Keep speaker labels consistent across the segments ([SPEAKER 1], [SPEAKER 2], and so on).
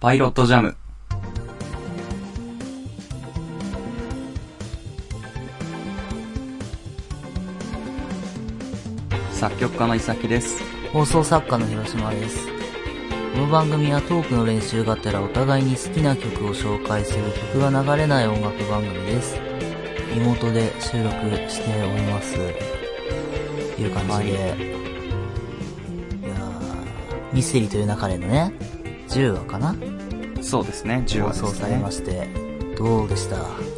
[SPEAKER 1] パイロットジャム。作曲家の伊崎です。
[SPEAKER 2] 放送作家の広島です。この番組はトークの練習がてらお互いに好きな曲を紹介する曲が流れない音楽番組です。リモートで収録しております。っていう感じで。いやーミステリーという中でのね、10話かな
[SPEAKER 1] そうですね、10話
[SPEAKER 2] 放
[SPEAKER 1] です、ね。
[SPEAKER 2] 送されまして、どうでした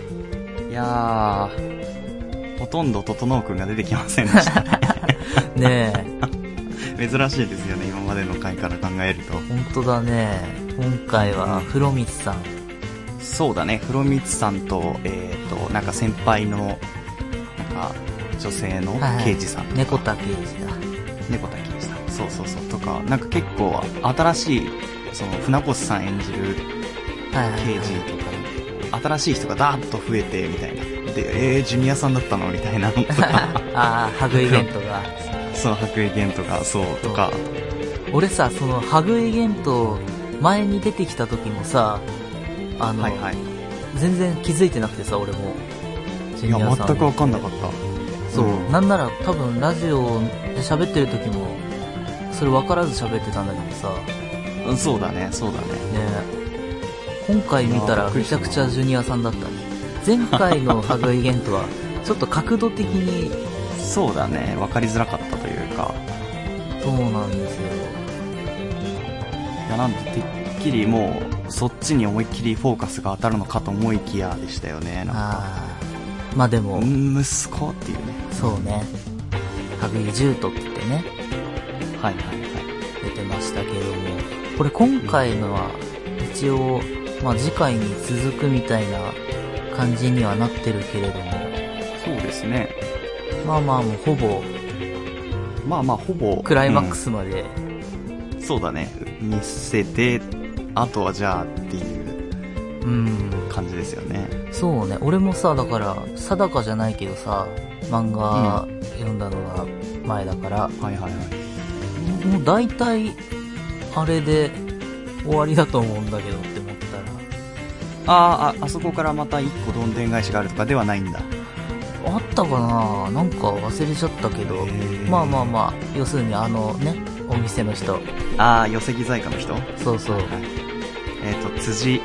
[SPEAKER 1] いやー、ほとんど整君が出てきませんで した。
[SPEAKER 2] ねえ。
[SPEAKER 1] 珍しいですよね、今までの回から考えると。
[SPEAKER 2] 本当だね。今回は、風呂光さん。
[SPEAKER 1] そうだね、風呂光さんと、えっ、と、なんか先輩の、なんか、女性の
[SPEAKER 2] はいはい
[SPEAKER 1] 刑事さん、
[SPEAKER 2] 猫田刑事だ。
[SPEAKER 1] 猫田刑事さん、そうそうそう、とか、なんか結構新しい、その、船越さん演じる
[SPEAKER 2] はいはい、
[SPEAKER 1] 刑事とか、新しい人がダーッと増えて、みたいな。で、えー、ジュニアさんだったのみたいなのとか、
[SPEAKER 2] ああ、ハグイベントが。
[SPEAKER 1] その白衣剣とか、そう、とか、
[SPEAKER 2] 俺さ、その、ハグイゲント、前に出てきた時もさ、あの、
[SPEAKER 1] はいはい。
[SPEAKER 2] 全然気づいてなくてさ、俺も。
[SPEAKER 1] い
[SPEAKER 2] ジ
[SPEAKER 1] や、
[SPEAKER 2] ュニアさん
[SPEAKER 1] 全くわかんなかった。
[SPEAKER 2] そう、
[SPEAKER 1] うん
[SPEAKER 2] なんなら多分ラジオで喋ってる時も、それ分からず喋ってたんだけどさ、
[SPEAKER 1] うんそうだね、そうだね。
[SPEAKER 2] ね今回見た
[SPEAKER 1] いや
[SPEAKER 2] ら
[SPEAKER 1] ーび
[SPEAKER 2] め
[SPEAKER 1] っくりし
[SPEAKER 2] ち
[SPEAKER 1] た
[SPEAKER 2] ゃくちゃジュニアさんだったね。前回のハグイゲントは、ちょっと角度的に、
[SPEAKER 1] そうだね、わかりづらかったというか。
[SPEAKER 2] そうなんで すよ。
[SPEAKER 1] いや、なんで、てっきりもう、そっちに思いっきりフォーカスが当たるのかと思いきやでしたよね、なんか。
[SPEAKER 2] ああ、まあでも、
[SPEAKER 1] うん、息子っていうね。
[SPEAKER 2] そうね。ハグイジュートって言ってね、
[SPEAKER 1] はいはいはい。
[SPEAKER 2] 出てましたけども、これ今回のは、一応、まあ次回に続くみたいな感じにはなってるけれども、
[SPEAKER 1] そうですね。
[SPEAKER 2] まあまあもうほぼ
[SPEAKER 1] まあまあ、ほぼ。
[SPEAKER 2] クライマックスまで、
[SPEAKER 1] うん、そうだね。見せて、あとはじゃあっていう
[SPEAKER 2] うん、
[SPEAKER 1] 感じですよね。
[SPEAKER 2] そうね、俺もさ、だから、定かじゃないけどさ、漫画読んだのが前だから、
[SPEAKER 1] はいはいはい。
[SPEAKER 2] もう大体、あれで終わりだと思うんだけどって思ったら、
[SPEAKER 1] あーあ、あそこからまた一個どんでん返しがあるとかではないんだ。
[SPEAKER 2] あったかななんか忘れちゃったけど
[SPEAKER 1] へー
[SPEAKER 2] まあまあまあ要するにあのねお店の人
[SPEAKER 1] ああ、寄せ木細工の人
[SPEAKER 2] そうそう
[SPEAKER 1] はいえっ、と、辻、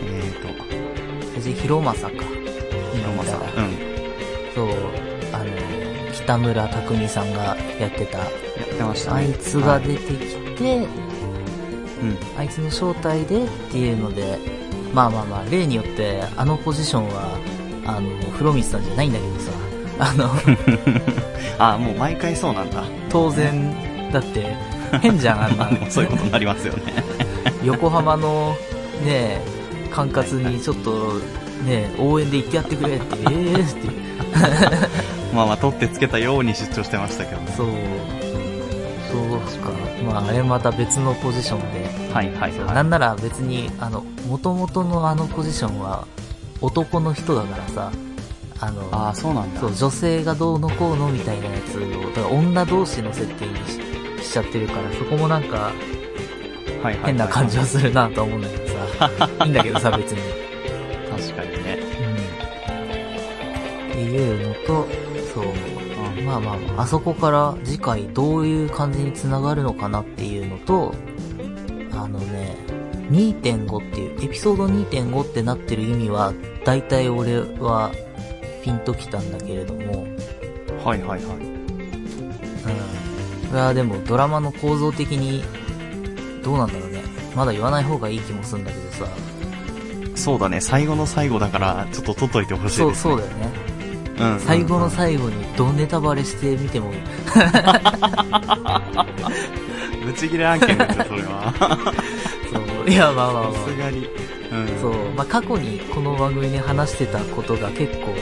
[SPEAKER 1] えっ、と、
[SPEAKER 2] 藤井弘正か
[SPEAKER 1] 広間さん。
[SPEAKER 2] だ
[SPEAKER 1] うん。
[SPEAKER 2] そうあの北村匠海さんがやってた
[SPEAKER 1] やってましたね。
[SPEAKER 2] あいつが
[SPEAKER 1] はい
[SPEAKER 2] 出てきて、
[SPEAKER 1] うん。
[SPEAKER 2] あいつの正体でっていうのでまあまあまあ例によってあのポジションはあの風呂光さんじゃないんだけどさあの
[SPEAKER 1] あ、もう毎回そうなんだ。
[SPEAKER 2] 当然だって変じゃんあん
[SPEAKER 1] ま
[SPEAKER 2] な
[SPEAKER 1] あでもそういうことになりますよ ね。
[SPEAKER 2] 横浜のね管轄にちょっとね応援で行ってやってくれって、ええー、っていう
[SPEAKER 1] まあまあ、取ってつけたように出張してましたけどね。
[SPEAKER 2] そうそうかまああれまた別のポジションで、
[SPEAKER 1] はいはい
[SPEAKER 2] そう
[SPEAKER 1] は。
[SPEAKER 2] ないんなら別にあの元々のあのポジションは男の人だからさあの
[SPEAKER 1] ああ、そうなんだ。
[SPEAKER 2] そう女性がどうのこうのみたいなやつをだから女同士の設定にししちゃってるからそこもなんか
[SPEAKER 1] はいはいはい
[SPEAKER 2] 変な感じはするなとは思うんだけどさいいんだけどさ別に
[SPEAKER 1] 確かにね。
[SPEAKER 2] っていうのと、そう、
[SPEAKER 1] うん
[SPEAKER 2] まあまあまあ、あそこから次回どういう感じに繋がるのかなっていうのと、あのね、2.5っていう、エピソード2.5ってなってる意味は、大体俺はピンときたんだけれども、
[SPEAKER 1] はいはいはい。
[SPEAKER 2] うん。これはでもドラマの構造的に、どうなんだろうね。まだ言わない方がいい気もするんだけどさ。
[SPEAKER 1] そうだね、最後の最後だから、ちょっと取っといてほしい
[SPEAKER 2] そ
[SPEAKER 1] で
[SPEAKER 2] う、
[SPEAKER 1] す。
[SPEAKER 2] そうだよね。
[SPEAKER 1] うんうん
[SPEAKER 2] 最後の最後にどネタバレしてみても
[SPEAKER 1] ぶち切れ案件ですよ、それは。
[SPEAKER 2] そう。いや、まあまあま
[SPEAKER 1] さすがに。うん。
[SPEAKER 2] あ。そう。まあ、過去にこの番組で話してたことが結構、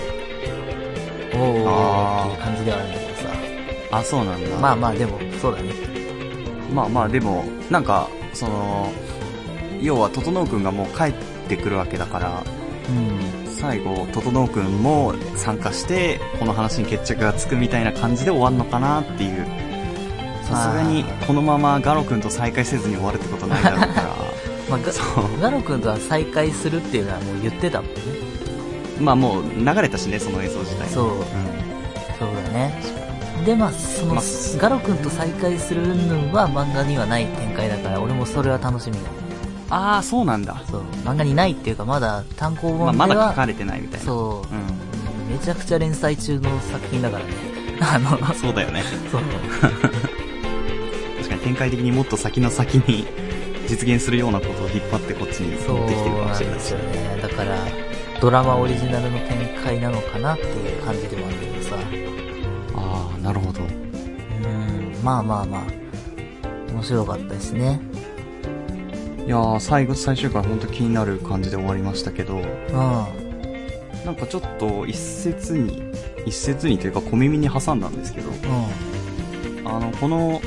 [SPEAKER 2] おーおー
[SPEAKER 1] あー
[SPEAKER 2] っていう感じではあるんだけど
[SPEAKER 1] あ、そうなんだ。
[SPEAKER 2] さ。まあまあ、でも、そうだね。
[SPEAKER 1] まあまあでも、なんか、その、要は、整君がもう帰ってくるわけだから、
[SPEAKER 2] うん。
[SPEAKER 1] 最後、整君も参加して、この話に決着がつくみたいな感じで終わるのかなっていう。さすがに
[SPEAKER 2] あ、ー
[SPEAKER 1] このままガロ君と再会せずに終わるってことないだろうから。
[SPEAKER 2] まあ、が
[SPEAKER 1] そう
[SPEAKER 2] ガロ君とは再会するっていうのはもう言ってたもんね
[SPEAKER 1] まあもう流れたしねその映像自体
[SPEAKER 2] そう
[SPEAKER 1] う
[SPEAKER 2] そうだねでまあその、
[SPEAKER 1] まあ
[SPEAKER 2] ガロ君と再会するのは漫画にはない展開だから俺もそれは楽しみだね
[SPEAKER 1] ん、ああそうなんだ、
[SPEAKER 2] そう漫画にないっていうかまだ単行
[SPEAKER 1] まあ、
[SPEAKER 2] 本で
[SPEAKER 1] ま
[SPEAKER 2] は、
[SPEAKER 1] だ書かれてないみたいな、
[SPEAKER 2] そう
[SPEAKER 1] ん、
[SPEAKER 2] う、めちゃくちゃ連載中の作品だからねあの
[SPEAKER 1] そうだよね
[SPEAKER 2] そう
[SPEAKER 1] 確かに展開的にもっと先の先に 実現するようなことを引っ張ってこっちに
[SPEAKER 2] そう
[SPEAKER 1] 持ってきてるかも
[SPEAKER 2] なん
[SPEAKER 1] しれない
[SPEAKER 2] で
[SPEAKER 1] ですす
[SPEAKER 2] よ
[SPEAKER 1] よ
[SPEAKER 2] ねだからドラマオリジナルの展開なのかなっていう感じでもあるけどさ
[SPEAKER 1] ああなるほど
[SPEAKER 2] うんまあまあまあ面白かったですね
[SPEAKER 1] いやー最後最終回本当気になる感じで終わりましたけど
[SPEAKER 2] うん
[SPEAKER 1] なんかちょっと一説に一説にというか小耳に挟んだんですけど
[SPEAKER 2] う
[SPEAKER 1] あのこの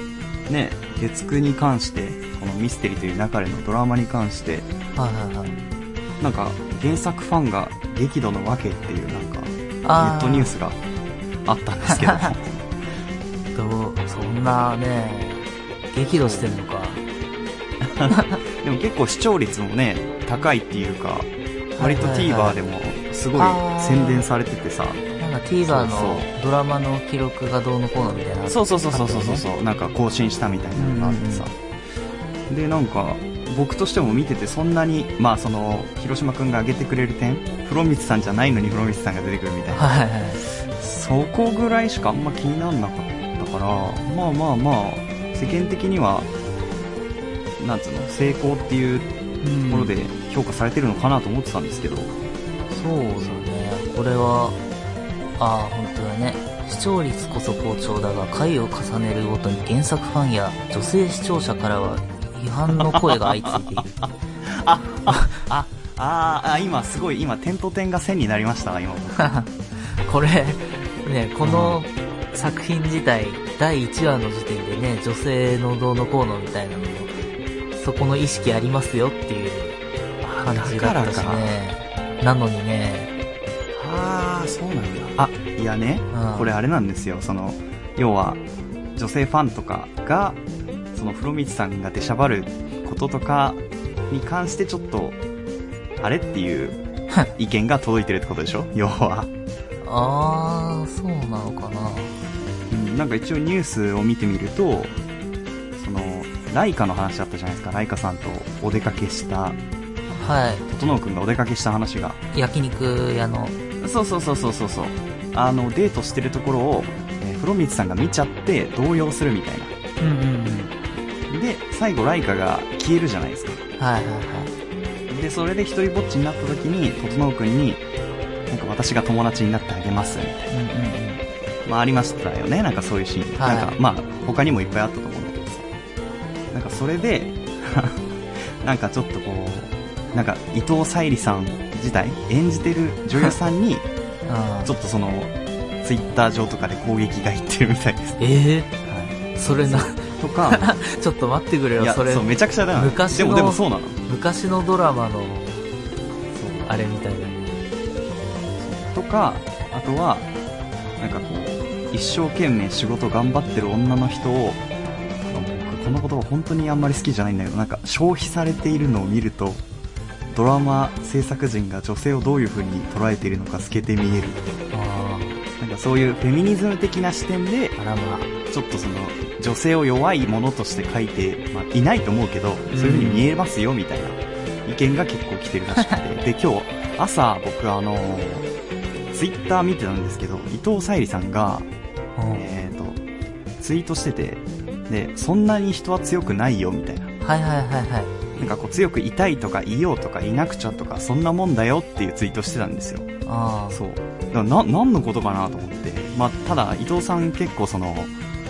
[SPEAKER 1] ね月9に関してこのミステリーという中でのドラマに関して
[SPEAKER 2] んはいはいはい
[SPEAKER 1] なんか原作ファンが激怒のわけっていうなんかネ
[SPEAKER 2] あ
[SPEAKER 1] ットニュースがあったんです けど
[SPEAKER 2] どうそんなね激怒してるのか
[SPEAKER 1] でも結構視聴率もね高いっていうか割と
[SPEAKER 2] はいはい
[SPEAKER 1] TVer
[SPEAKER 2] はい
[SPEAKER 1] でもすごい
[SPEAKER 2] あー
[SPEAKER 1] 宣伝されててさ
[SPEAKER 2] なんか TVer
[SPEAKER 1] そう
[SPEAKER 2] のドラマの記録がどうのこうのみたいな
[SPEAKER 1] そうそうそうそうそうそう
[SPEAKER 2] う
[SPEAKER 1] そうなんか更新したみたいなのがあってさ、でなんか僕としても見ててそんなにまあその広島くんが上げてくれる点風呂光さんじゃないのに風呂光さんが出てくるみたいな
[SPEAKER 2] はいはいはい
[SPEAKER 1] そこぐらいしかあんま気にならなかったからまあまあまあ世間的にはなんつうの成功っていうところで評価されてるのかなと思ってたんですけど、
[SPEAKER 2] そうだねこれはああ本当だね視聴率こそ好調だが回を重ねるごとに原作ファンや女性視聴者からは批判の声が相次いでいる
[SPEAKER 1] ああーあ今すごい今点と点が線になりました今
[SPEAKER 2] これねこの作品自体第1話の時点でね女性のどうのこうのみたいなのもそこの意識ありますよっていう感じだったしねなのにね
[SPEAKER 1] ああそうなんだあいやね、
[SPEAKER 2] うん
[SPEAKER 1] これあれなんですよその要は女性ファンとかがその風呂光さんが出しゃばることとかに関してちょっとあれっていう意見が届いてるってことでしょ要は、
[SPEAKER 2] ああそうなのかな
[SPEAKER 1] うん、なんか一応ニュースを見てみるとそのライカの話あったじゃないですかライカさんとお出かけした
[SPEAKER 2] はい
[SPEAKER 1] 整君がお出かけした話が
[SPEAKER 2] 焼肉屋の
[SPEAKER 1] そうそうそうそうそうそうあのデートしてるところを、えー、風呂光さんが見ちゃって動揺するみたいな
[SPEAKER 2] うんうん
[SPEAKER 1] で最後ライカが消えるじゃないですか
[SPEAKER 2] うんはいはいはい
[SPEAKER 1] でそれで一人ぼっちになった時に整君になんか私が友達になってあげますみたいな、
[SPEAKER 2] うんうん
[SPEAKER 1] まあ、ありましたよねなんかそういうシーン、
[SPEAKER 2] はい
[SPEAKER 1] なんかまあ他にもいっぱいあったと思うんだけどさなんかそれで なんかちょっとこうなんか伊藤沙莉さん自体演じてる女優さんに
[SPEAKER 2] うんうん
[SPEAKER 1] ちょっとそのツイッター上とかで攻撃がいってるみたいです、
[SPEAKER 2] ええ
[SPEAKER 1] は
[SPEAKER 2] それな
[SPEAKER 1] い、とか
[SPEAKER 2] ちょっと待ってくれ
[SPEAKER 1] い
[SPEAKER 2] よ
[SPEAKER 1] や
[SPEAKER 2] そ
[SPEAKER 1] そ
[SPEAKER 2] れ
[SPEAKER 1] うめちゃくちゃだよね
[SPEAKER 2] 昔
[SPEAKER 1] で
[SPEAKER 2] の
[SPEAKER 1] もでもそうなの
[SPEAKER 2] 昔のドラマの
[SPEAKER 1] そう
[SPEAKER 2] あれみたいだね
[SPEAKER 1] とかあとはなんかこう一生懸命仕事頑張ってる女の人を僕この言葉本当にあんまり好きじゃないんだけどなんか消費されているのを見るとドラマ制作陣が女性をどういう風に捉えているのか透けて見える
[SPEAKER 2] あ
[SPEAKER 1] なんかそういうフェミニズム的な視点で
[SPEAKER 2] ああらまあ
[SPEAKER 1] ちょっとその女性を弱いものとして書いて、まあ、いないと思うけどそういう風に見えますよみたいな意見が結構来てるらしく てで今日朝僕あのツイッター見てたんですけど伊藤沙莉さんが、
[SPEAKER 2] うん
[SPEAKER 1] えー、とツイートしててでそんなに人は強くないよみたいな
[SPEAKER 2] はいはいはいはい
[SPEAKER 1] なんかこう強くいたいとかいようとかいなくちゃとかそんなもんだよっていうツイートしてたんですよ
[SPEAKER 2] あ
[SPEAKER 1] そうだからな何のことかなと思って、まあ、ただ伊藤さん結構その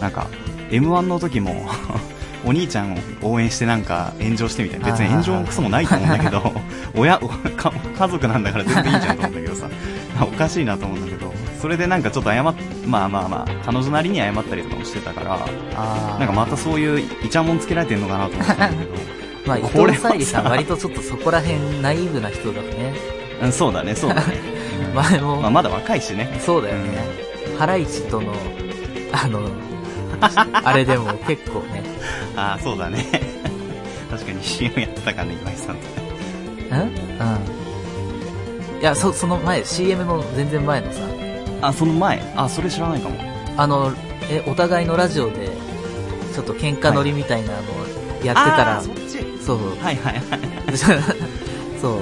[SPEAKER 1] なんか m 1の時も お兄ちゃんを応援してなんか炎上してみたいな別に炎上もクソもないと思うんだけど親おか家族なんだから全然いいじゃんと思うんだけどさおかしいなと思うんだけどそれでなんかちょっと謝っまあまあまあ彼女なりに謝ったりとかもしてたから
[SPEAKER 2] あああ
[SPEAKER 1] なんかまたそういうイチャモンつけられてるのかなと思ってたんだけど。
[SPEAKER 2] まあ伊
[SPEAKER 1] これは
[SPEAKER 2] 藤沙莉さん
[SPEAKER 1] さ
[SPEAKER 2] 割とちょっとそこら辺ナイーブな人だからね
[SPEAKER 1] うん、そうだね、そうだね。うん
[SPEAKER 2] 前も
[SPEAKER 1] まあ、まだ若いしね。
[SPEAKER 2] そうだよねハライチとの あのあれでも結構ね
[SPEAKER 1] ああ、そうだね。 確かに CM やってたからね、岩井さんって。
[SPEAKER 2] うんうん。いや、そ、その前、CM の全然前のさ、
[SPEAKER 1] あ、その前。あ、それ知らないかも。
[SPEAKER 2] あの、え、お互いのラジオで、ちょっと喧嘩乗りみたいなのをやってたら、
[SPEAKER 1] あーそっち。
[SPEAKER 2] そう
[SPEAKER 1] はいはいはい。
[SPEAKER 2] そう。 そう。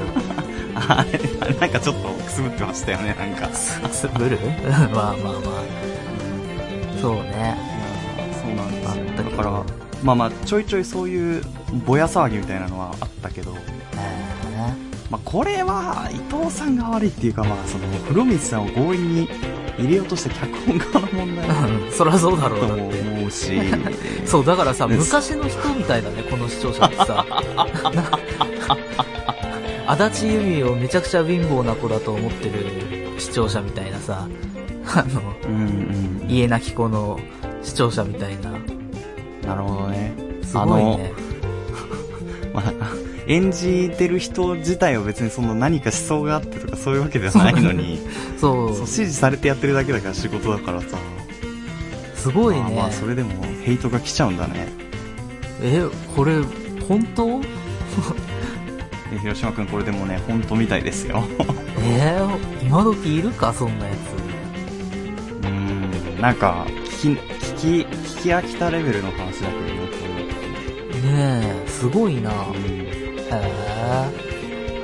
[SPEAKER 1] あれ、あれなんかちょっとくすぶってましたよね、なんか。
[SPEAKER 2] すブルー まあまあまあ。そうね。
[SPEAKER 1] そうなんですよ
[SPEAKER 2] あったけ
[SPEAKER 1] だ
[SPEAKER 2] ど
[SPEAKER 1] から、まあまあ、ちょいちょいそういう、ぼや騒ぎみたいなのはあったけど、まあ、これは、伊藤さんが悪いっていうか、まあ、その、黒光さんを強引に入れようとした脚本家の問題だ
[SPEAKER 2] うんそりゃそうだろ
[SPEAKER 1] と
[SPEAKER 2] う
[SPEAKER 1] も
[SPEAKER 2] なって。
[SPEAKER 1] 思う し、
[SPEAKER 2] そう、だからさ、
[SPEAKER 1] ね
[SPEAKER 2] 昔の人みたいだね、この視聴者ってさ。 足立由美をめちゃくちゃ貧乏な子だと思ってる視聴者みたいなさ、あの、
[SPEAKER 1] うんうん。
[SPEAKER 2] 家なき子の視聴者みたいな。
[SPEAKER 1] なるほどね。
[SPEAKER 2] すごいね。
[SPEAKER 1] まあ、 演じてる人自体は別にその何か思想があってとかそういうわけではないのに、
[SPEAKER 2] そう
[SPEAKER 1] そう、指示されてやってるだけだから仕事だからさ。
[SPEAKER 2] すごい
[SPEAKER 1] まあ
[SPEAKER 2] ね
[SPEAKER 1] ま。あ、それでもヘイトが来ちゃうんだね。
[SPEAKER 2] え、これ、本当
[SPEAKER 1] え広島くん、これでもね、本当みたいですよ。
[SPEAKER 2] えー、今時いるか、そんなや
[SPEAKER 1] うん、なんか、聞き、聞き、聞き飽きたレベルの話だけど、本
[SPEAKER 2] つ。ねえ、すごいな。
[SPEAKER 1] 当に
[SPEAKER 2] へえ。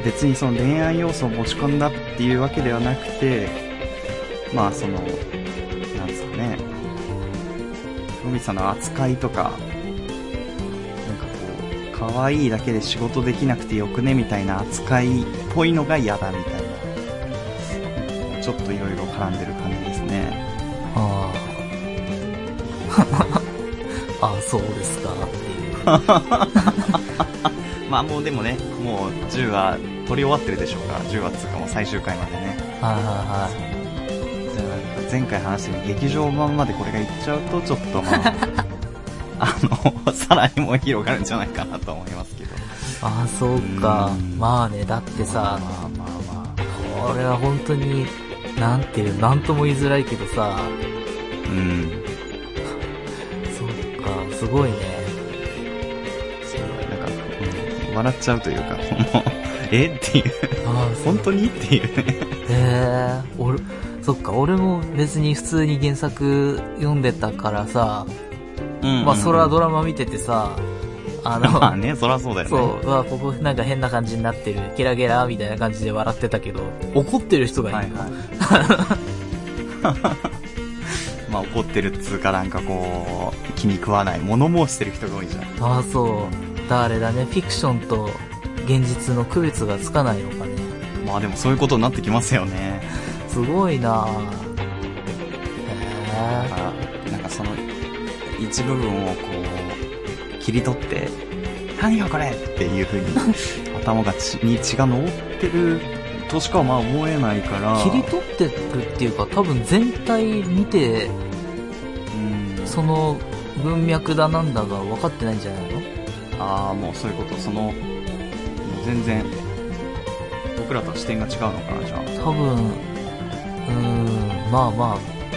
[SPEAKER 1] 別にその恋愛要素を持ち込んだっていうわけではなくて、まあその、なんですかね、野口さんの扱いとか、なんかこう、可愛いだけで仕事できなくてよくねみたいな扱いっぽいのが嫌だみたいな、ちょっといろいろ絡んでる感じですね。
[SPEAKER 2] あ あ。あ、そうですか、っていう。
[SPEAKER 1] まあもうでもね、もう10話取り終わってるでしょうから、10話っつうかもう最終回までね。
[SPEAKER 2] はいはいはい。
[SPEAKER 1] じゃあ前回話したように劇場版までこれがいっちゃうとちょっとま ああのさらにもう広がるんじゃないかなと思いますけど
[SPEAKER 2] ああ、そうか
[SPEAKER 1] う。ん
[SPEAKER 2] まあね、だって
[SPEAKER 1] ま
[SPEAKER 2] さ、
[SPEAKER 1] あまあまあ、
[SPEAKER 2] これは本当に、なんていう、なんとも言いづらいけどさ、
[SPEAKER 1] うん
[SPEAKER 2] そうか、すごいね。
[SPEAKER 1] なんか、うん笑っちゃうというかもうえっていう
[SPEAKER 2] ああ、そう
[SPEAKER 1] 本当にっていうね
[SPEAKER 2] へえ、俺、そっか、俺も別に普通に原作読んでたからさ、まあそれはドラマ見ててさ、あの、
[SPEAKER 1] まあねそりゃそうだよね
[SPEAKER 2] そう、うわ、ここなんか変な感じになってる、ゲラゲラみたいな感じで笑ってたけど、怒ってる人がい
[SPEAKER 1] はい
[SPEAKER 2] る、
[SPEAKER 1] はい まあ怒ってるっつうかなんかこう気に食わない物申してる人が多いじゃん
[SPEAKER 2] ああ、そう。だ、あれだね、フィクションと現実の区別がつかないのかね。
[SPEAKER 1] まあでもそういうことになってきますよね
[SPEAKER 2] すごいなあへえ、
[SPEAKER 1] あなんかその一部分をこう切り取って何がこれっていう風 に頭が血に血が上ってるとしかまあ思えないから
[SPEAKER 2] 切り取ってるっていうか、多分全体見て、
[SPEAKER 1] うん
[SPEAKER 2] その文脈だなんだが分かってないんじゃないの
[SPEAKER 1] ああもうそういうことそのもう全然僕らとは視点が違うのかなじゃあ
[SPEAKER 2] 多分、うーん、まあま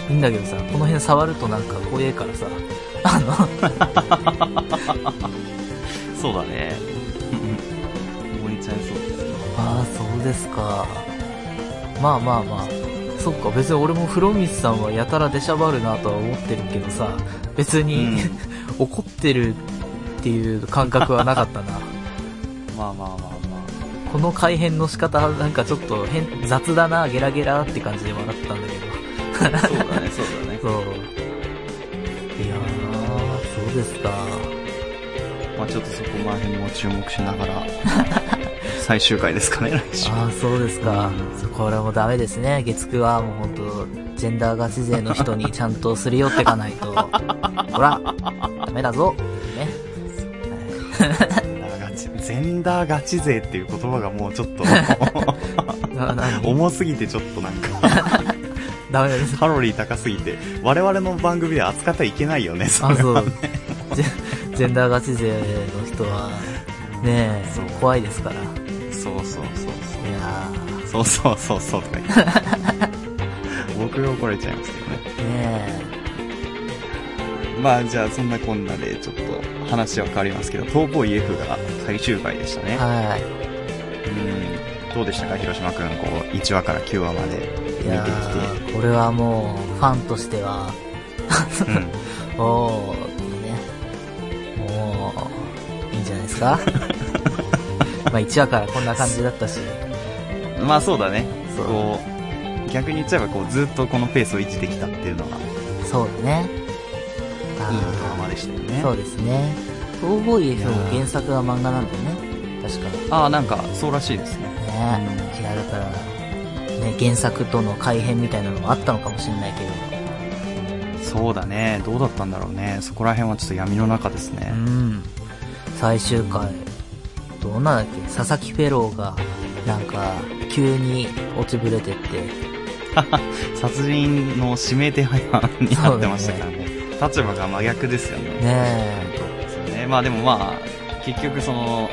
[SPEAKER 2] あ、いいんだけどさ、この辺触るとなんか怖えからさ、あの、
[SPEAKER 1] そうだね燃えちゃいそうです
[SPEAKER 2] ああ、そうですか。まあまあまあ、そっか、別に俺も風呂光さんはやたら出しゃばるなとは思ってるけどさ、別に、 怒ってるっていう感覚はなかったな。
[SPEAKER 1] まあまあまあま
[SPEAKER 2] この改変の仕方、なんかちょっと変、雑だな、ゲラゲラって感じで笑ったんだけど。
[SPEAKER 1] あそうだ ねそうだね
[SPEAKER 2] そう。いやー、そうですか。
[SPEAKER 1] まあちょっとそこら辺も注目しながら最終回ですかね来週
[SPEAKER 2] ああ、そうですか。これもダメですね。月9はもう本当ジェンダーガチ勢の人にちゃんとすり寄ってかないと。ほら、ダメだぞ。ね。
[SPEAKER 1] ガチゼンダーガチ勢っていう言葉がもうちょっと
[SPEAKER 2] な何
[SPEAKER 1] 重すぎてちょっとなんか
[SPEAKER 2] ダメです。
[SPEAKER 1] カロリー高すぎて我々の番組では扱ってはいけないよねそ
[SPEAKER 2] あ、
[SPEAKER 1] れ
[SPEAKER 2] そ
[SPEAKER 1] は
[SPEAKER 2] う。ジェジェンダーガチ勢の人は、ね
[SPEAKER 1] そう
[SPEAKER 2] え、怖いですから。い
[SPEAKER 1] そうそうそう
[SPEAKER 2] や
[SPEAKER 1] そうそうそうそうそうとか言って僕が怒られちゃいますけどね
[SPEAKER 2] ー、ね
[SPEAKER 1] まあじゃあそんなこんなでちょっと話は変わりますけど東方 EF が最終回でしたね。
[SPEAKER 2] は
[SPEAKER 1] うん。どうでしたか、広島くん、こう、1話から9話まで
[SPEAKER 2] い。い
[SPEAKER 1] 見
[SPEAKER 2] や
[SPEAKER 1] て
[SPEAKER 2] ー、これはもう、ファンとしては、
[SPEAKER 1] きて。うん。
[SPEAKER 2] おー、いいね。もう、いいんじゃないで すかまあ1話からこんな感じだったし。
[SPEAKER 1] まあそうだね。
[SPEAKER 2] そう
[SPEAKER 1] こう、逆に言っちゃえばこう、ずっとこのペースを維持できたっていうのが、いい
[SPEAKER 2] そうだね。あー
[SPEAKER 1] ドラマでしたよね。
[SPEAKER 2] そうですね。逃亡家表
[SPEAKER 1] いや
[SPEAKER 2] も
[SPEAKER 1] ー
[SPEAKER 2] 原作は漫画なんだよね。確かに。
[SPEAKER 1] ああ、なんか、そうらしいですね。
[SPEAKER 2] ねいや、だから、ね、原作との改変みたいなのもあったのかもしれないけど。
[SPEAKER 1] そうだね。どうだったんだろうね。そこら辺はちょっと闇の中ですね
[SPEAKER 2] う。ん。最終回、どんなんだっけ佐々木フェローが、なんか、急に落ちぶれてって、
[SPEAKER 1] 殺人の指名手配犯になってましたからね。立場が真逆ですよね。
[SPEAKER 2] ね
[SPEAKER 1] ですよね。まあでもまあ、結局その、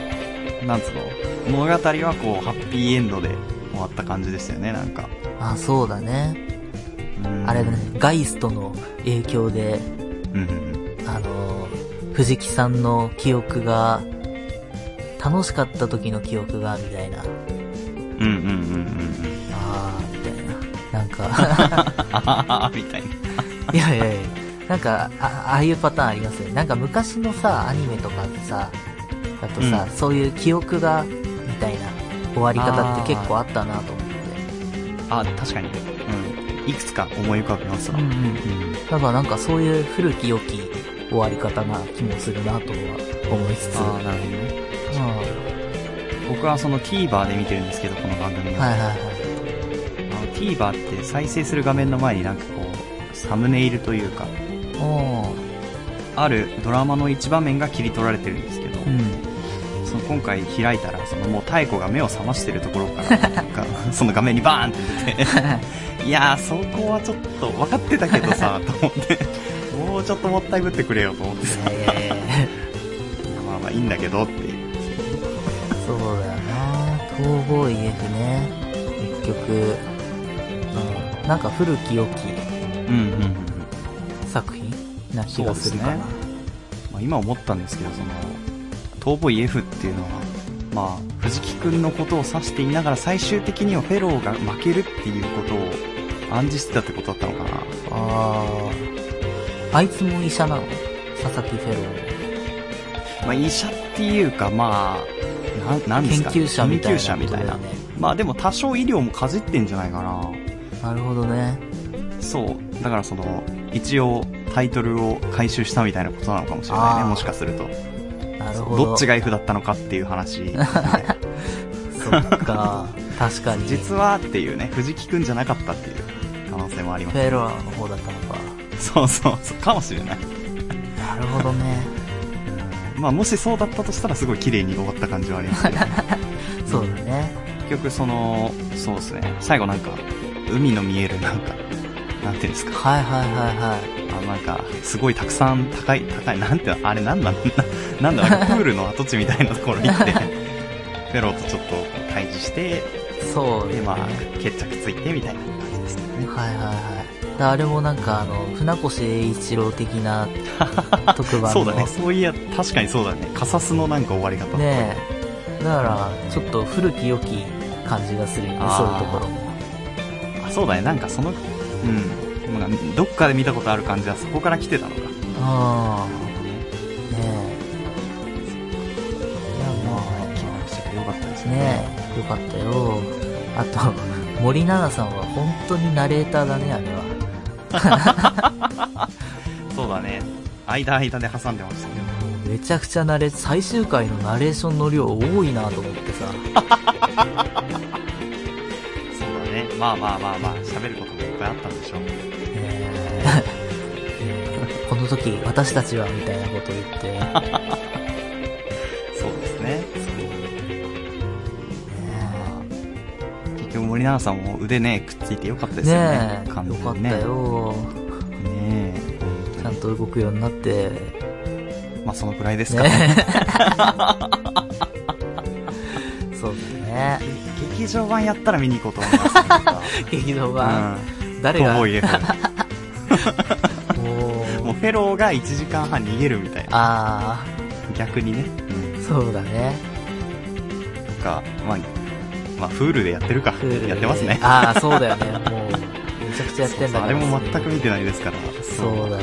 [SPEAKER 1] なんつうの、物語はこう、ハッピーエンドで終わった感じでしたよね、なんか。
[SPEAKER 2] え、あ、そうだね。
[SPEAKER 1] うん
[SPEAKER 2] あれだね。、ガイストの影響で、
[SPEAKER 1] うんうんうん。
[SPEAKER 2] あの、藤木さんの記憶が、楽しかった時の記憶が、みたいな。
[SPEAKER 1] うんうんうんうん
[SPEAKER 2] あー、みたいな。なんか、
[SPEAKER 1] うん。あはははみたいな。
[SPEAKER 2] いやいやいや、なんか、あ、ああいうパターンありますよね。なんか昔のさ、アニメとかってさ、だとさ、
[SPEAKER 1] うん
[SPEAKER 2] そういう記憶が、みたいな終わり方って結構あったなと思って。
[SPEAKER 1] あ、確かに。うん。いくつか思い浮かべますわ。
[SPEAKER 2] うんうん。
[SPEAKER 1] うん
[SPEAKER 2] だからなんかそういう古き良き終わり方な気もするなとは思いつつ。
[SPEAKER 1] ああ、なるほどね。
[SPEAKER 2] うん
[SPEAKER 1] 僕はその TVer で見てるんですけど、この番組を。
[SPEAKER 2] はい
[SPEAKER 1] あ
[SPEAKER 2] はいはい。
[SPEAKER 1] の TVer って再生する画面の前になんかこう、サムネイルというか、
[SPEAKER 2] おー
[SPEAKER 1] あるドラマの一場面が切り取られてるんですけど、
[SPEAKER 2] うん。
[SPEAKER 1] その今回開いたらそのもう妙子が目を覚ましてるところから がその画面にバーンって 出ていやーそこはちょっと分かってたけど さと思ってもうちょっともったいぶってくれよと思ってさ
[SPEAKER 2] いやいやいや
[SPEAKER 1] まあまあいいんだけどっていう
[SPEAKER 2] そうだよな逃亡 EF ね。結局、うん、なんか古き良き
[SPEAKER 1] うんうんうん、
[SPEAKER 2] 作品な気がするかな。
[SPEAKER 1] そうまあ、今思ったんですけどその逃亡 EF っていうのはまあ藤木君のことを指していながら最終的にはフェローが負けるっていうことを暗示してたってことだったのかな
[SPEAKER 2] ああ。あいつも医者なの佐々木フェロー。
[SPEAKER 1] まあ、医者っていうか、まあ、ななんで
[SPEAKER 2] 研
[SPEAKER 1] すか
[SPEAKER 2] 究者みたい
[SPEAKER 1] 研
[SPEAKER 2] な、
[SPEAKER 1] 究者みたいな。
[SPEAKER 2] ね。
[SPEAKER 1] まあでも多少医療もかじってんじゃないかな。
[SPEAKER 2] なるほどね。
[SPEAKER 1] そう。だからその、一応タイトルを回収したみたいなことなのかもしれない
[SPEAKER 2] あ
[SPEAKER 1] ね、
[SPEAKER 2] ー
[SPEAKER 1] もしかすると。
[SPEAKER 2] なる
[SPEAKER 1] そう
[SPEAKER 2] ほど。
[SPEAKER 1] どっち
[SPEAKER 2] が。
[SPEAKER 1] が F だったのかっていう 話。ね
[SPEAKER 2] そっか。確かに。
[SPEAKER 1] 実はっていうね、藤木くんじゃなかったっていう可能性もありま
[SPEAKER 2] フ
[SPEAKER 1] す。
[SPEAKER 2] ェローの方だったのか。
[SPEAKER 1] そうそうそう、かもしれない。
[SPEAKER 2] なるほどね。
[SPEAKER 1] まあもしそうだったとしたらすごい綺麗に終わった感じはありますけど。
[SPEAKER 2] そうだね。
[SPEAKER 1] 結局そのそうですね最後なんか海の見えるなんかなんていうんですか
[SPEAKER 2] はいはいはいはい。
[SPEAKER 1] あなんかすごいたくさん高い高いなんてあれなんだ なんだあれプールの跡地みたいなところに行ってペロとちょっと対峙して
[SPEAKER 2] そうです
[SPEAKER 1] で
[SPEAKER 2] ね。
[SPEAKER 1] まあ決着ついてみたいな感じですよね
[SPEAKER 2] はいはいはい。であれもなんかあの、船越英一郎的な 特番の。
[SPEAKER 1] そうだねそういや確かにそうだねカサスのなんか終わり方
[SPEAKER 2] ねえ。だから、ちょっと古き良き感じがするよね、
[SPEAKER 1] あー
[SPEAKER 2] そういうところも。
[SPEAKER 1] あそうだねなんかそのうんなんかどっかで見たことある感じはそこから来てたのか
[SPEAKER 2] ああ、ねえ。いや、ま
[SPEAKER 1] 気持ちよかったです
[SPEAKER 2] あ、ねえ、よかったよ。あと、森七菜さんは本当にナレーターだね、あれは。
[SPEAKER 1] そうだね間間で挟んでましたけど
[SPEAKER 2] めちゃくちゃナレ、最終回のナレーションの量多いなと思ってさ。
[SPEAKER 1] そうだね。まあまあまあまあ、喋ることもいっぱいあったんでしょう。
[SPEAKER 2] えー この時私たちはみたいなこと言って、ね
[SPEAKER 1] そうですね。結局森永さんも腕ね、くっついてよかったですよね。
[SPEAKER 2] ねえ、
[SPEAKER 1] 完
[SPEAKER 2] よ
[SPEAKER 1] 全
[SPEAKER 2] かっ
[SPEAKER 1] にね
[SPEAKER 2] た。よ。
[SPEAKER 1] ね
[SPEAKER 2] ちゃんと動くようになって、
[SPEAKER 1] え。まあそのくらいですかね。
[SPEAKER 2] ね そうだね。
[SPEAKER 1] 劇場版やったら見に行こうと思います、ね。
[SPEAKER 2] 劇場
[SPEAKER 1] う
[SPEAKER 2] 版、
[SPEAKER 1] ん。
[SPEAKER 2] 誰
[SPEAKER 1] と
[SPEAKER 2] が、
[SPEAKER 1] 思
[SPEAKER 2] もう
[SPEAKER 1] いえもうフェローが1時間半逃げるみたいな。
[SPEAKER 2] あ
[SPEAKER 1] 逆にね。
[SPEAKER 2] あ、そうだね。
[SPEAKER 1] か、まあ、まあ、フールでやってるか。
[SPEAKER 2] Hulu で
[SPEAKER 1] やってますね。
[SPEAKER 2] ああ、そうだよね。もう、めちゃくちゃやってんだ
[SPEAKER 1] あ
[SPEAKER 2] か
[SPEAKER 1] れ
[SPEAKER 2] ら。
[SPEAKER 1] も全く見てないですから。
[SPEAKER 2] そうだよ。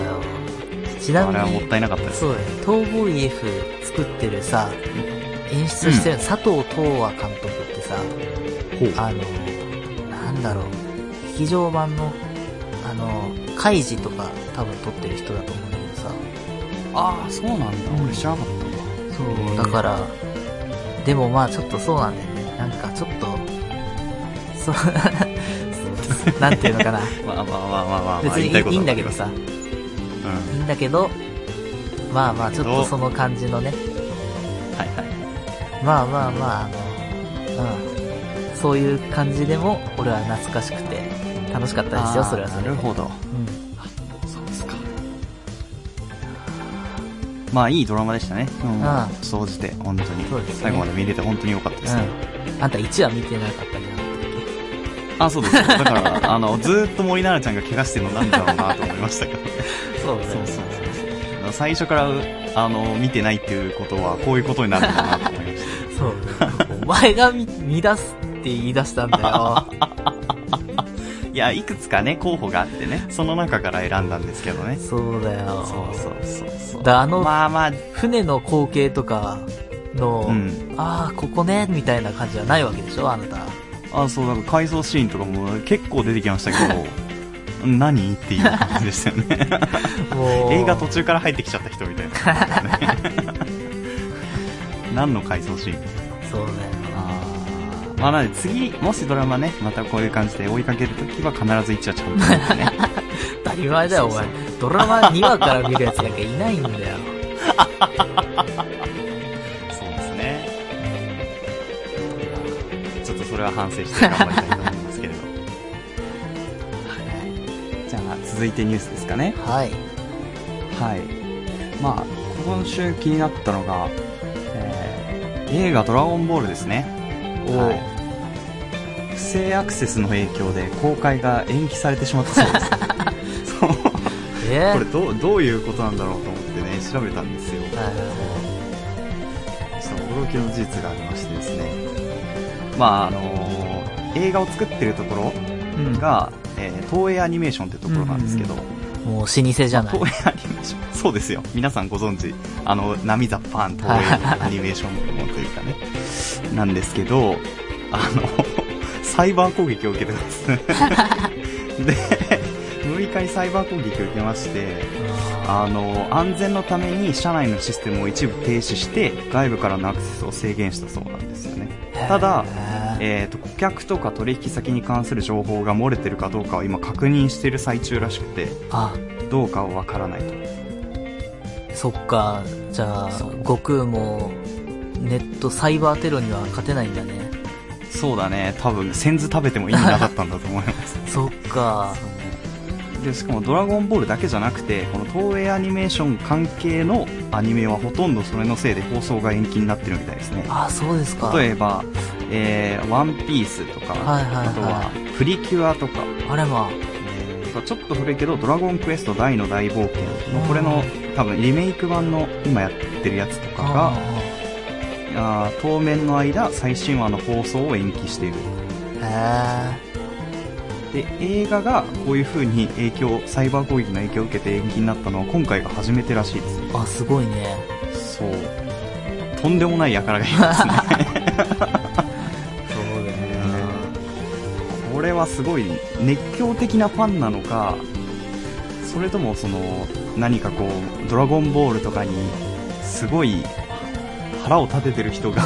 [SPEAKER 2] ちな
[SPEAKER 1] あれは
[SPEAKER 2] み
[SPEAKER 1] もっ
[SPEAKER 2] に、
[SPEAKER 1] たいなかったです。
[SPEAKER 2] そうだよ。東郷 EF 作ってるさ、演出してる、佐藤東和監督ってさ、
[SPEAKER 1] ほう
[SPEAKER 2] あの、なんだろう、劇場版の、あの、カイジとか多分撮ってる人だと思うんだけどさ、
[SPEAKER 1] ああ、そうなんだ。俺知らなかったんだ。
[SPEAKER 2] そう、だから、でもまあちょっとそうなんだよね。なんかちょっと、そう、そう なんていうのかな。
[SPEAKER 1] まあまあまあまあまあ、
[SPEAKER 2] 別
[SPEAKER 1] まあ、
[SPEAKER 2] に
[SPEAKER 1] 言いたいこ
[SPEAKER 2] い
[SPEAKER 1] と
[SPEAKER 2] いい
[SPEAKER 1] は
[SPEAKER 2] んだけ
[SPEAKER 1] わ
[SPEAKER 2] ど
[SPEAKER 1] か
[SPEAKER 2] さ、
[SPEAKER 1] ります。
[SPEAKER 2] いいんだけど、まあまあちょっとその感じのね、
[SPEAKER 1] うん。はいはい。
[SPEAKER 2] まあまあまあ、あの、うん、そういう感じでも俺は懐かしくて楽しかったですよ、それはそれ
[SPEAKER 1] な
[SPEAKER 2] で。
[SPEAKER 1] るほど。
[SPEAKER 2] うん
[SPEAKER 1] そうですか。まあいいドラマでしたね。うん
[SPEAKER 2] ああ。
[SPEAKER 1] 総じて、本当に
[SPEAKER 2] そうですね。
[SPEAKER 1] 最後まで見れて本当に良かったですね。
[SPEAKER 2] うん、あんた1話見てなかったじゃん
[SPEAKER 1] あ、そうです。だから、あの、ずーっと森奈々ちゃんが怪我してるのなんだろうなと思いましたけど。
[SPEAKER 2] そうだ
[SPEAKER 1] そうそうそううそう。最初から、あの、見てないっていうことは、こういうことになるんだなと思いまし
[SPEAKER 2] そうお前が見見出すって言い出したんだ よ
[SPEAKER 1] た。いや、いくつかね、候補があってね、その中から選んだんですけどね。
[SPEAKER 2] そうだよ
[SPEAKER 1] そうそうそうそう。
[SPEAKER 2] だあの
[SPEAKER 1] まあまあ、
[SPEAKER 2] 船の光景とかの、
[SPEAKER 1] うん。
[SPEAKER 2] ああここねみたいな感じはないわけでしょあなた
[SPEAKER 1] あ、そう、なんか回想シーンとかも結構出てきましたけど、何っていう感じでしたよ ね。
[SPEAKER 2] もう
[SPEAKER 1] 映画途中から入ってきちゃった人みたいな、 何の回想シーン
[SPEAKER 2] そうだよ
[SPEAKER 1] まあなので次もしドラマねまたこういう感じで追いかけるときは必ず一話ちゃんと見てね
[SPEAKER 2] 当たり前だよお前ドラマ2話から見るやつなんかいないんだよ
[SPEAKER 1] そうですねちょっとそれは反省して頑張りたいと思いますけれどはいじゃあ続いてニュースですかね
[SPEAKER 2] はい
[SPEAKER 1] はい。まあ、今週気になったのが、えー映画ドラゴンボールですね。
[SPEAKER 2] お
[SPEAKER 1] はい不正アクセスの影響で公開が延期されてしまったそうです。 そう。こ
[SPEAKER 2] え
[SPEAKER 1] れどう、どういうことなんだろうと思ってね、調べたんですよ。
[SPEAKER 2] ーはいは
[SPEAKER 1] そう、驚きの事実がありましてですね。まあ、あのー映画を作ってるとこ
[SPEAKER 2] いはいうん
[SPEAKER 1] ろが、えー東映アニメーションってところなんですけど、
[SPEAKER 2] もう老舗じゃない、
[SPEAKER 1] 東映アニメーション。そうですよ。皆さんご存知、あの、波ザパーン東映アニメーション部門というかね、なんですけど、あの、サイバー攻撃を受けて ます。で、6日にサイバー攻撃を受けまして、あの、安全のために社内のシステムを一部停止して、外部からのアクセスを制限したそうなんですよね。ただ
[SPEAKER 2] へー
[SPEAKER 1] えっ、と、顧客とか取引先に関する情報が漏れてるかどうかを今確認している最中らしくて、
[SPEAKER 2] あ
[SPEAKER 1] どうかはわからないと。
[SPEAKER 2] そっか、じゃあ、
[SPEAKER 1] そう
[SPEAKER 2] 悟空も、ネット、サイバーテロには勝てないんだね。
[SPEAKER 1] そうだね、多分、先ず食べても意味なかったんだと思います。
[SPEAKER 2] そっか、
[SPEAKER 1] で、しかも、ドラゴンボールだけじゃなくて、この東映アニメーション関係のアニメはほとんどそれのせいで放送が延期になってるみたいですね。
[SPEAKER 2] あ、そうですか。
[SPEAKER 1] 例えば、えー、ワンピースとか、
[SPEAKER 2] はいはいはい
[SPEAKER 1] あとは、プリキュアとか、
[SPEAKER 2] あれま
[SPEAKER 1] えーちょっと古いけど、ドラゴンクエスト大の大冒険の、これの、多分、リメイク版の今やってるやつと
[SPEAKER 2] あ、
[SPEAKER 1] か
[SPEAKER 2] あ
[SPEAKER 1] が、あー当面の間、最新話の放送を延期している。
[SPEAKER 2] ーへ
[SPEAKER 1] で映画がこういう風に影響サイバー攻撃の影響を受けて延期になったのは今回が初めてらしいで
[SPEAKER 2] ーあ、すごいね。
[SPEAKER 1] すそうとんでもない輩がいますね
[SPEAKER 2] そうだよ
[SPEAKER 1] これはすごい熱狂的なファンなのかそれともその何かこう「ドラゴンボール」とかにすごい腹を立ててる 人が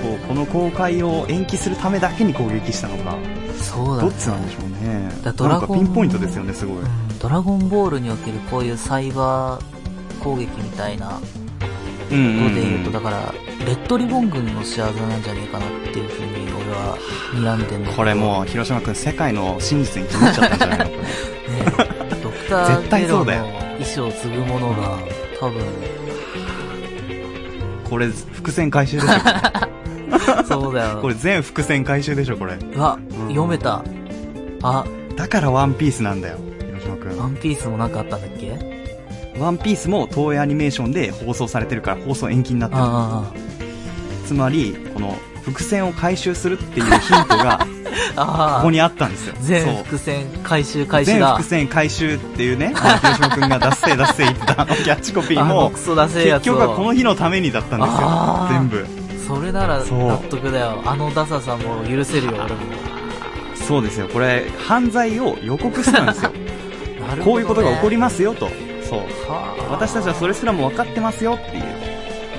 [SPEAKER 1] こうこの公開を延期するためだけに攻撃したのか
[SPEAKER 2] そうだ
[SPEAKER 1] ど
[SPEAKER 2] ね
[SPEAKER 1] っちなんでしょうね
[SPEAKER 2] だド
[SPEAKER 1] な
[SPEAKER 2] ラ
[SPEAKER 1] んか
[SPEAKER 2] ゴン
[SPEAKER 1] ピンポイントですよねすごい
[SPEAKER 2] うんドラゴンボールにおけるこういうサイバー攻撃みたいな
[SPEAKER 1] うん
[SPEAKER 2] こ
[SPEAKER 1] うん
[SPEAKER 2] と
[SPEAKER 1] うん
[SPEAKER 2] で言うと、だから、レッドリボン軍の仕業なんじゃねえかなっていうふうに俺は睨んでんだけど
[SPEAKER 1] これもう広島君世界の真実に気づいちゃったんじゃないのこ
[SPEAKER 2] ねえドクター・
[SPEAKER 1] 絶
[SPEAKER 2] デ
[SPEAKER 1] 対そ
[SPEAKER 2] ロ
[SPEAKER 1] う
[SPEAKER 2] の
[SPEAKER 1] だよ
[SPEAKER 2] 意思を継ぐものが、多分、
[SPEAKER 1] れこれ伏線回収でし
[SPEAKER 2] そうだ
[SPEAKER 1] ょ
[SPEAKER 2] よ。
[SPEAKER 1] これ全伏線回収でしょこれ
[SPEAKER 2] うわ、
[SPEAKER 1] ん
[SPEAKER 2] 読めた。あ、
[SPEAKER 1] だからワンピースなんだよ広島君
[SPEAKER 2] ワンピースもなんかあったんだっけ
[SPEAKER 1] ワンピースも東映アニメーションで放送されてるから放送延期になって
[SPEAKER 2] あ
[SPEAKER 1] るつまりこの伏線を回収するっていうヒントがこ
[SPEAKER 2] あ
[SPEAKER 1] こ
[SPEAKER 2] あ、
[SPEAKER 1] にあったんですよ
[SPEAKER 2] 全
[SPEAKER 1] そう
[SPEAKER 2] 伏線回収開始
[SPEAKER 1] 全
[SPEAKER 2] だ
[SPEAKER 1] 伏。線回収って いうね、あの広島君が脱せ脱せ言ったあのキャッチコピー
[SPEAKER 2] あの
[SPEAKER 1] も
[SPEAKER 2] ク、ソダセえや
[SPEAKER 1] 結
[SPEAKER 2] つを
[SPEAKER 1] 局はこの日のためにだったん
[SPEAKER 2] あー
[SPEAKER 1] ですよ、全
[SPEAKER 2] それなら
[SPEAKER 1] そう
[SPEAKER 2] 納得だよあのダサさも許せるよ俺も
[SPEAKER 1] 部。そうですよ、これ、犯罪を予告したんです よ。
[SPEAKER 2] なるほどね
[SPEAKER 1] こういうことが起こりますよと。そう。
[SPEAKER 2] はあ
[SPEAKER 1] 私たちはそれすらも分かってますよっていう。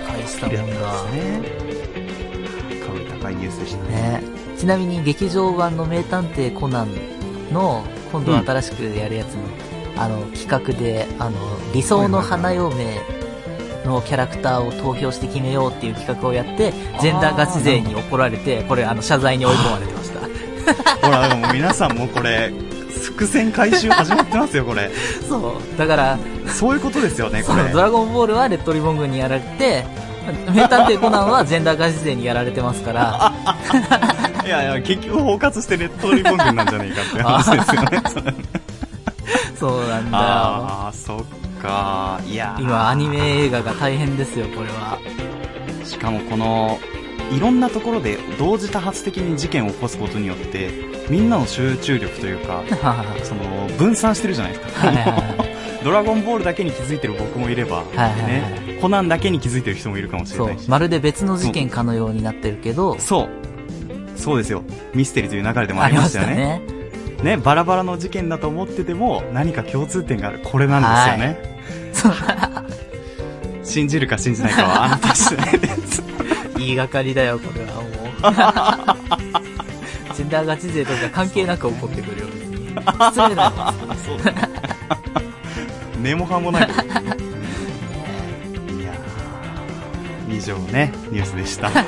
[SPEAKER 2] 返したもんだ
[SPEAKER 1] ね。株 高いニュースでしたね。
[SPEAKER 2] ねちなみに劇場版の名探偵コナンの今度新しくやるやつの,、あの企画であの理想の花嫁のキャラクターを投票して決めようっていう企画をやってジェンダーガチ勢に怒られてこれあの謝罪に追い込まれてました
[SPEAKER 1] ほら、でもう皆さんもうこれ、伏線回収始まってますよ、これ。
[SPEAKER 2] そうだから
[SPEAKER 1] そういうことですよね、
[SPEAKER 2] そ
[SPEAKER 1] こ
[SPEAKER 2] の
[SPEAKER 1] れ。
[SPEAKER 2] ドラゴンボールはレッドリボン軍にやられて、名探偵コナンはジェンダーガチ勢にやられてますから、
[SPEAKER 1] いやいや、結局包括してレッドリボン軍なんじゃねえかって話ですよね。
[SPEAKER 2] そうなん だ
[SPEAKER 1] ああーそっかいや
[SPEAKER 2] よ。
[SPEAKER 1] ー
[SPEAKER 2] 今、アニメ映画が大変ですよ、これは。
[SPEAKER 1] しかもこのいろんなところで同時多発的に事件を起こすことによってみんなの集中力というかその分散してるじゃないですか、
[SPEAKER 2] はいはいは
[SPEAKER 1] ドラゴンボールだけに気づいてる僕もいれば、
[SPEAKER 2] いはい
[SPEAKER 1] ね、コナンだけに気づいてる人もいるかもしれ
[SPEAKER 2] そ
[SPEAKER 1] な
[SPEAKER 2] う
[SPEAKER 1] いし、
[SPEAKER 2] まるで別の事件かのようになってるけど、
[SPEAKER 1] そうそうですよミステリーという流れでも
[SPEAKER 2] あ
[SPEAKER 1] あり
[SPEAKER 2] り
[SPEAKER 1] ま
[SPEAKER 2] ま
[SPEAKER 1] し
[SPEAKER 2] したた
[SPEAKER 1] よね
[SPEAKER 2] ね。
[SPEAKER 1] ねバラバラの事件だと思ってても何か共通点があるこれなんですよね、
[SPEAKER 2] そう
[SPEAKER 1] 信じるか信じないか はあなた次第です
[SPEAKER 2] 言いがかりだよ、これ はもう。ジェンダーガチ勢とか関係なく怒ってくる よ、別に。失礼だよ。
[SPEAKER 1] あそうだね根も葉も ないこといやー以上ねニュースでした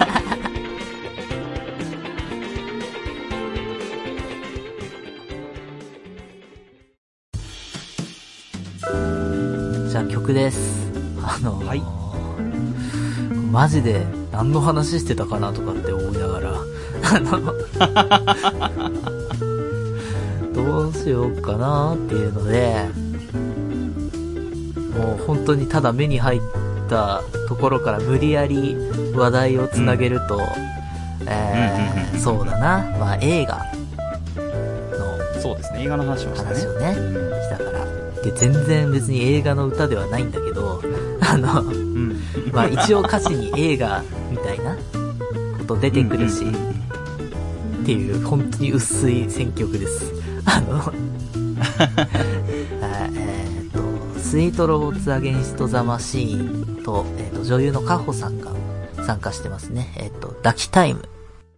[SPEAKER 2] じゃあ曲です。あのー
[SPEAKER 1] はい
[SPEAKER 2] マジで何の話してたかなとかって思いながら、あの、どうしようかなっていうので、もう本当にただ目に入ったところから無理やり話題をつなげると、え
[SPEAKER 1] うんうんう
[SPEAKER 2] ー
[SPEAKER 1] ん
[SPEAKER 2] そうだな、まあ映画の
[SPEAKER 1] そうですね映画の話をしたね
[SPEAKER 2] 話をね、したから。で、全然別に映画の歌ではないんだけど、 あの、
[SPEAKER 1] うん
[SPEAKER 2] まあ一応歌詞に映画みたいなこと出てくるし、
[SPEAKER 1] うんうんうん
[SPEAKER 2] っていう、本当に薄い選曲です。あの、 あえーっと、スイートロボッツアゲンストザマシーンと、えーっと、女優のカホさんが参加してますね。えーっと、抱きタイム